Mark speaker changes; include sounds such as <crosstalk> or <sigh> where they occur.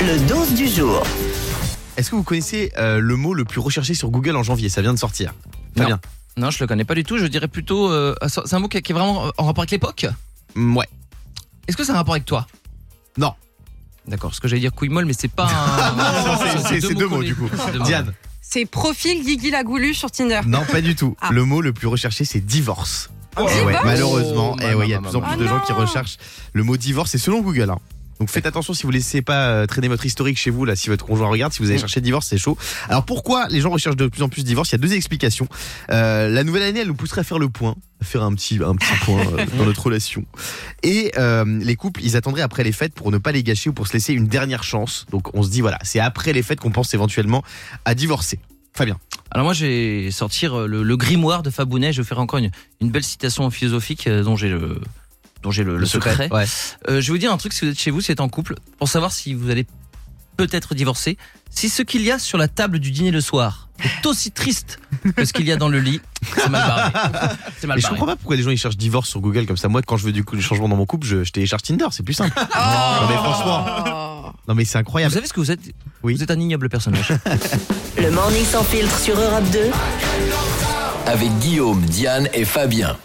Speaker 1: Le 12 du jour.
Speaker 2: Est-ce que vous connaissez euh, le mot le plus recherché sur Google en janvier Ça vient de sortir.
Speaker 3: Non.
Speaker 2: Fabien
Speaker 3: Non, je le connais pas du tout. Je dirais plutôt. euh, c'est un mot qui qui est vraiment en rapport avec l'époque.
Speaker 2: Mm, Ouais.
Speaker 3: Est-ce que c'est un rapport avec toi
Speaker 2: Non.
Speaker 3: D'accord, parce que j'allais dire couille molle, mais c'est
Speaker 2: <laughs>
Speaker 3: pas un.
Speaker 2: C'est- c'est- C'est deux mots
Speaker 3: qu'on est-
Speaker 2: du coup.
Speaker 3: C'est deux mots.
Speaker 2: Diane
Speaker 4: C'est profil Guigui Lagoulu sur Tinder.
Speaker 2: Non, pas du tout.
Speaker 4: Ah.
Speaker 2: Le mot le plus recherché, c'est divorce.
Speaker 3: Oh.
Speaker 2: Eh ouais,
Speaker 4: Divorce
Speaker 2: malheureusement,
Speaker 3: Oh,
Speaker 2: eh ouais, il y a de
Speaker 3: maman,
Speaker 2: plus en plus
Speaker 4: maman.
Speaker 2: de gens
Speaker 4: Ah
Speaker 2: qui
Speaker 4: non.
Speaker 2: recherchent le mot divorce, et selon Google. hein. Donc faites attention si vous laissez pas euh, traîner votre historique chez vous, là, si votre conjoint regarde, si vous avez
Speaker 3: Mm.
Speaker 2: cherché divorce, c'est chaud. Alors pourquoi les gens recherchent de plus en plus divorce Il y a deux explications. Euh, la nouvelle année, elle nous pousserait à faire le point, à faire un petit, un petit point
Speaker 4: <laughs>
Speaker 2: euh, dans notre relation. Et euh, les couples, ils attendraient après les fêtes pour ne pas les gâcher ou pour se laisser une dernière chance. Donc on se dit, voilà, c'est après les fêtes qu'on pense éventuellement à divorcer. Fabien.
Speaker 3: Alors moi, j'ai sortir euh, le, le grimoire de Fabounet. Je vais faire encore une, une belle citation philosophique euh, dont j'ai le dont j'ai le, le secret.
Speaker 2: Ouais.
Speaker 3: Euh, je vais vous dire un truc si vous êtes chez vous, c'est en couple, pour savoir si vous allez peut-être divorcer. Si ce qu'il y a sur la table du dîner le soir est aussi triste que ce qu'il y a dans le lit, c'est mal barré. C'est mal
Speaker 2: Mais je
Speaker 3: barré.
Speaker 2: comprends pas pourquoi les gens ils cherchent divorce sur Google comme ça. Moi, quand je veux du, coup, du changement dans mon couple, je, je télécharge Tinder, c'est plus simple. Non,
Speaker 4: Oh.
Speaker 2: mais
Speaker 4: franchement.
Speaker 2: Non, mais c'est
Speaker 3: Vous
Speaker 2: incroyable.
Speaker 3: savez ce que vous êtes
Speaker 2: Oui.
Speaker 3: Vous êtes un ignoble personnage.
Speaker 1: Le morning sans filtre sur Europe 2.
Speaker 5: avec Guillaume, Diane et Fabien.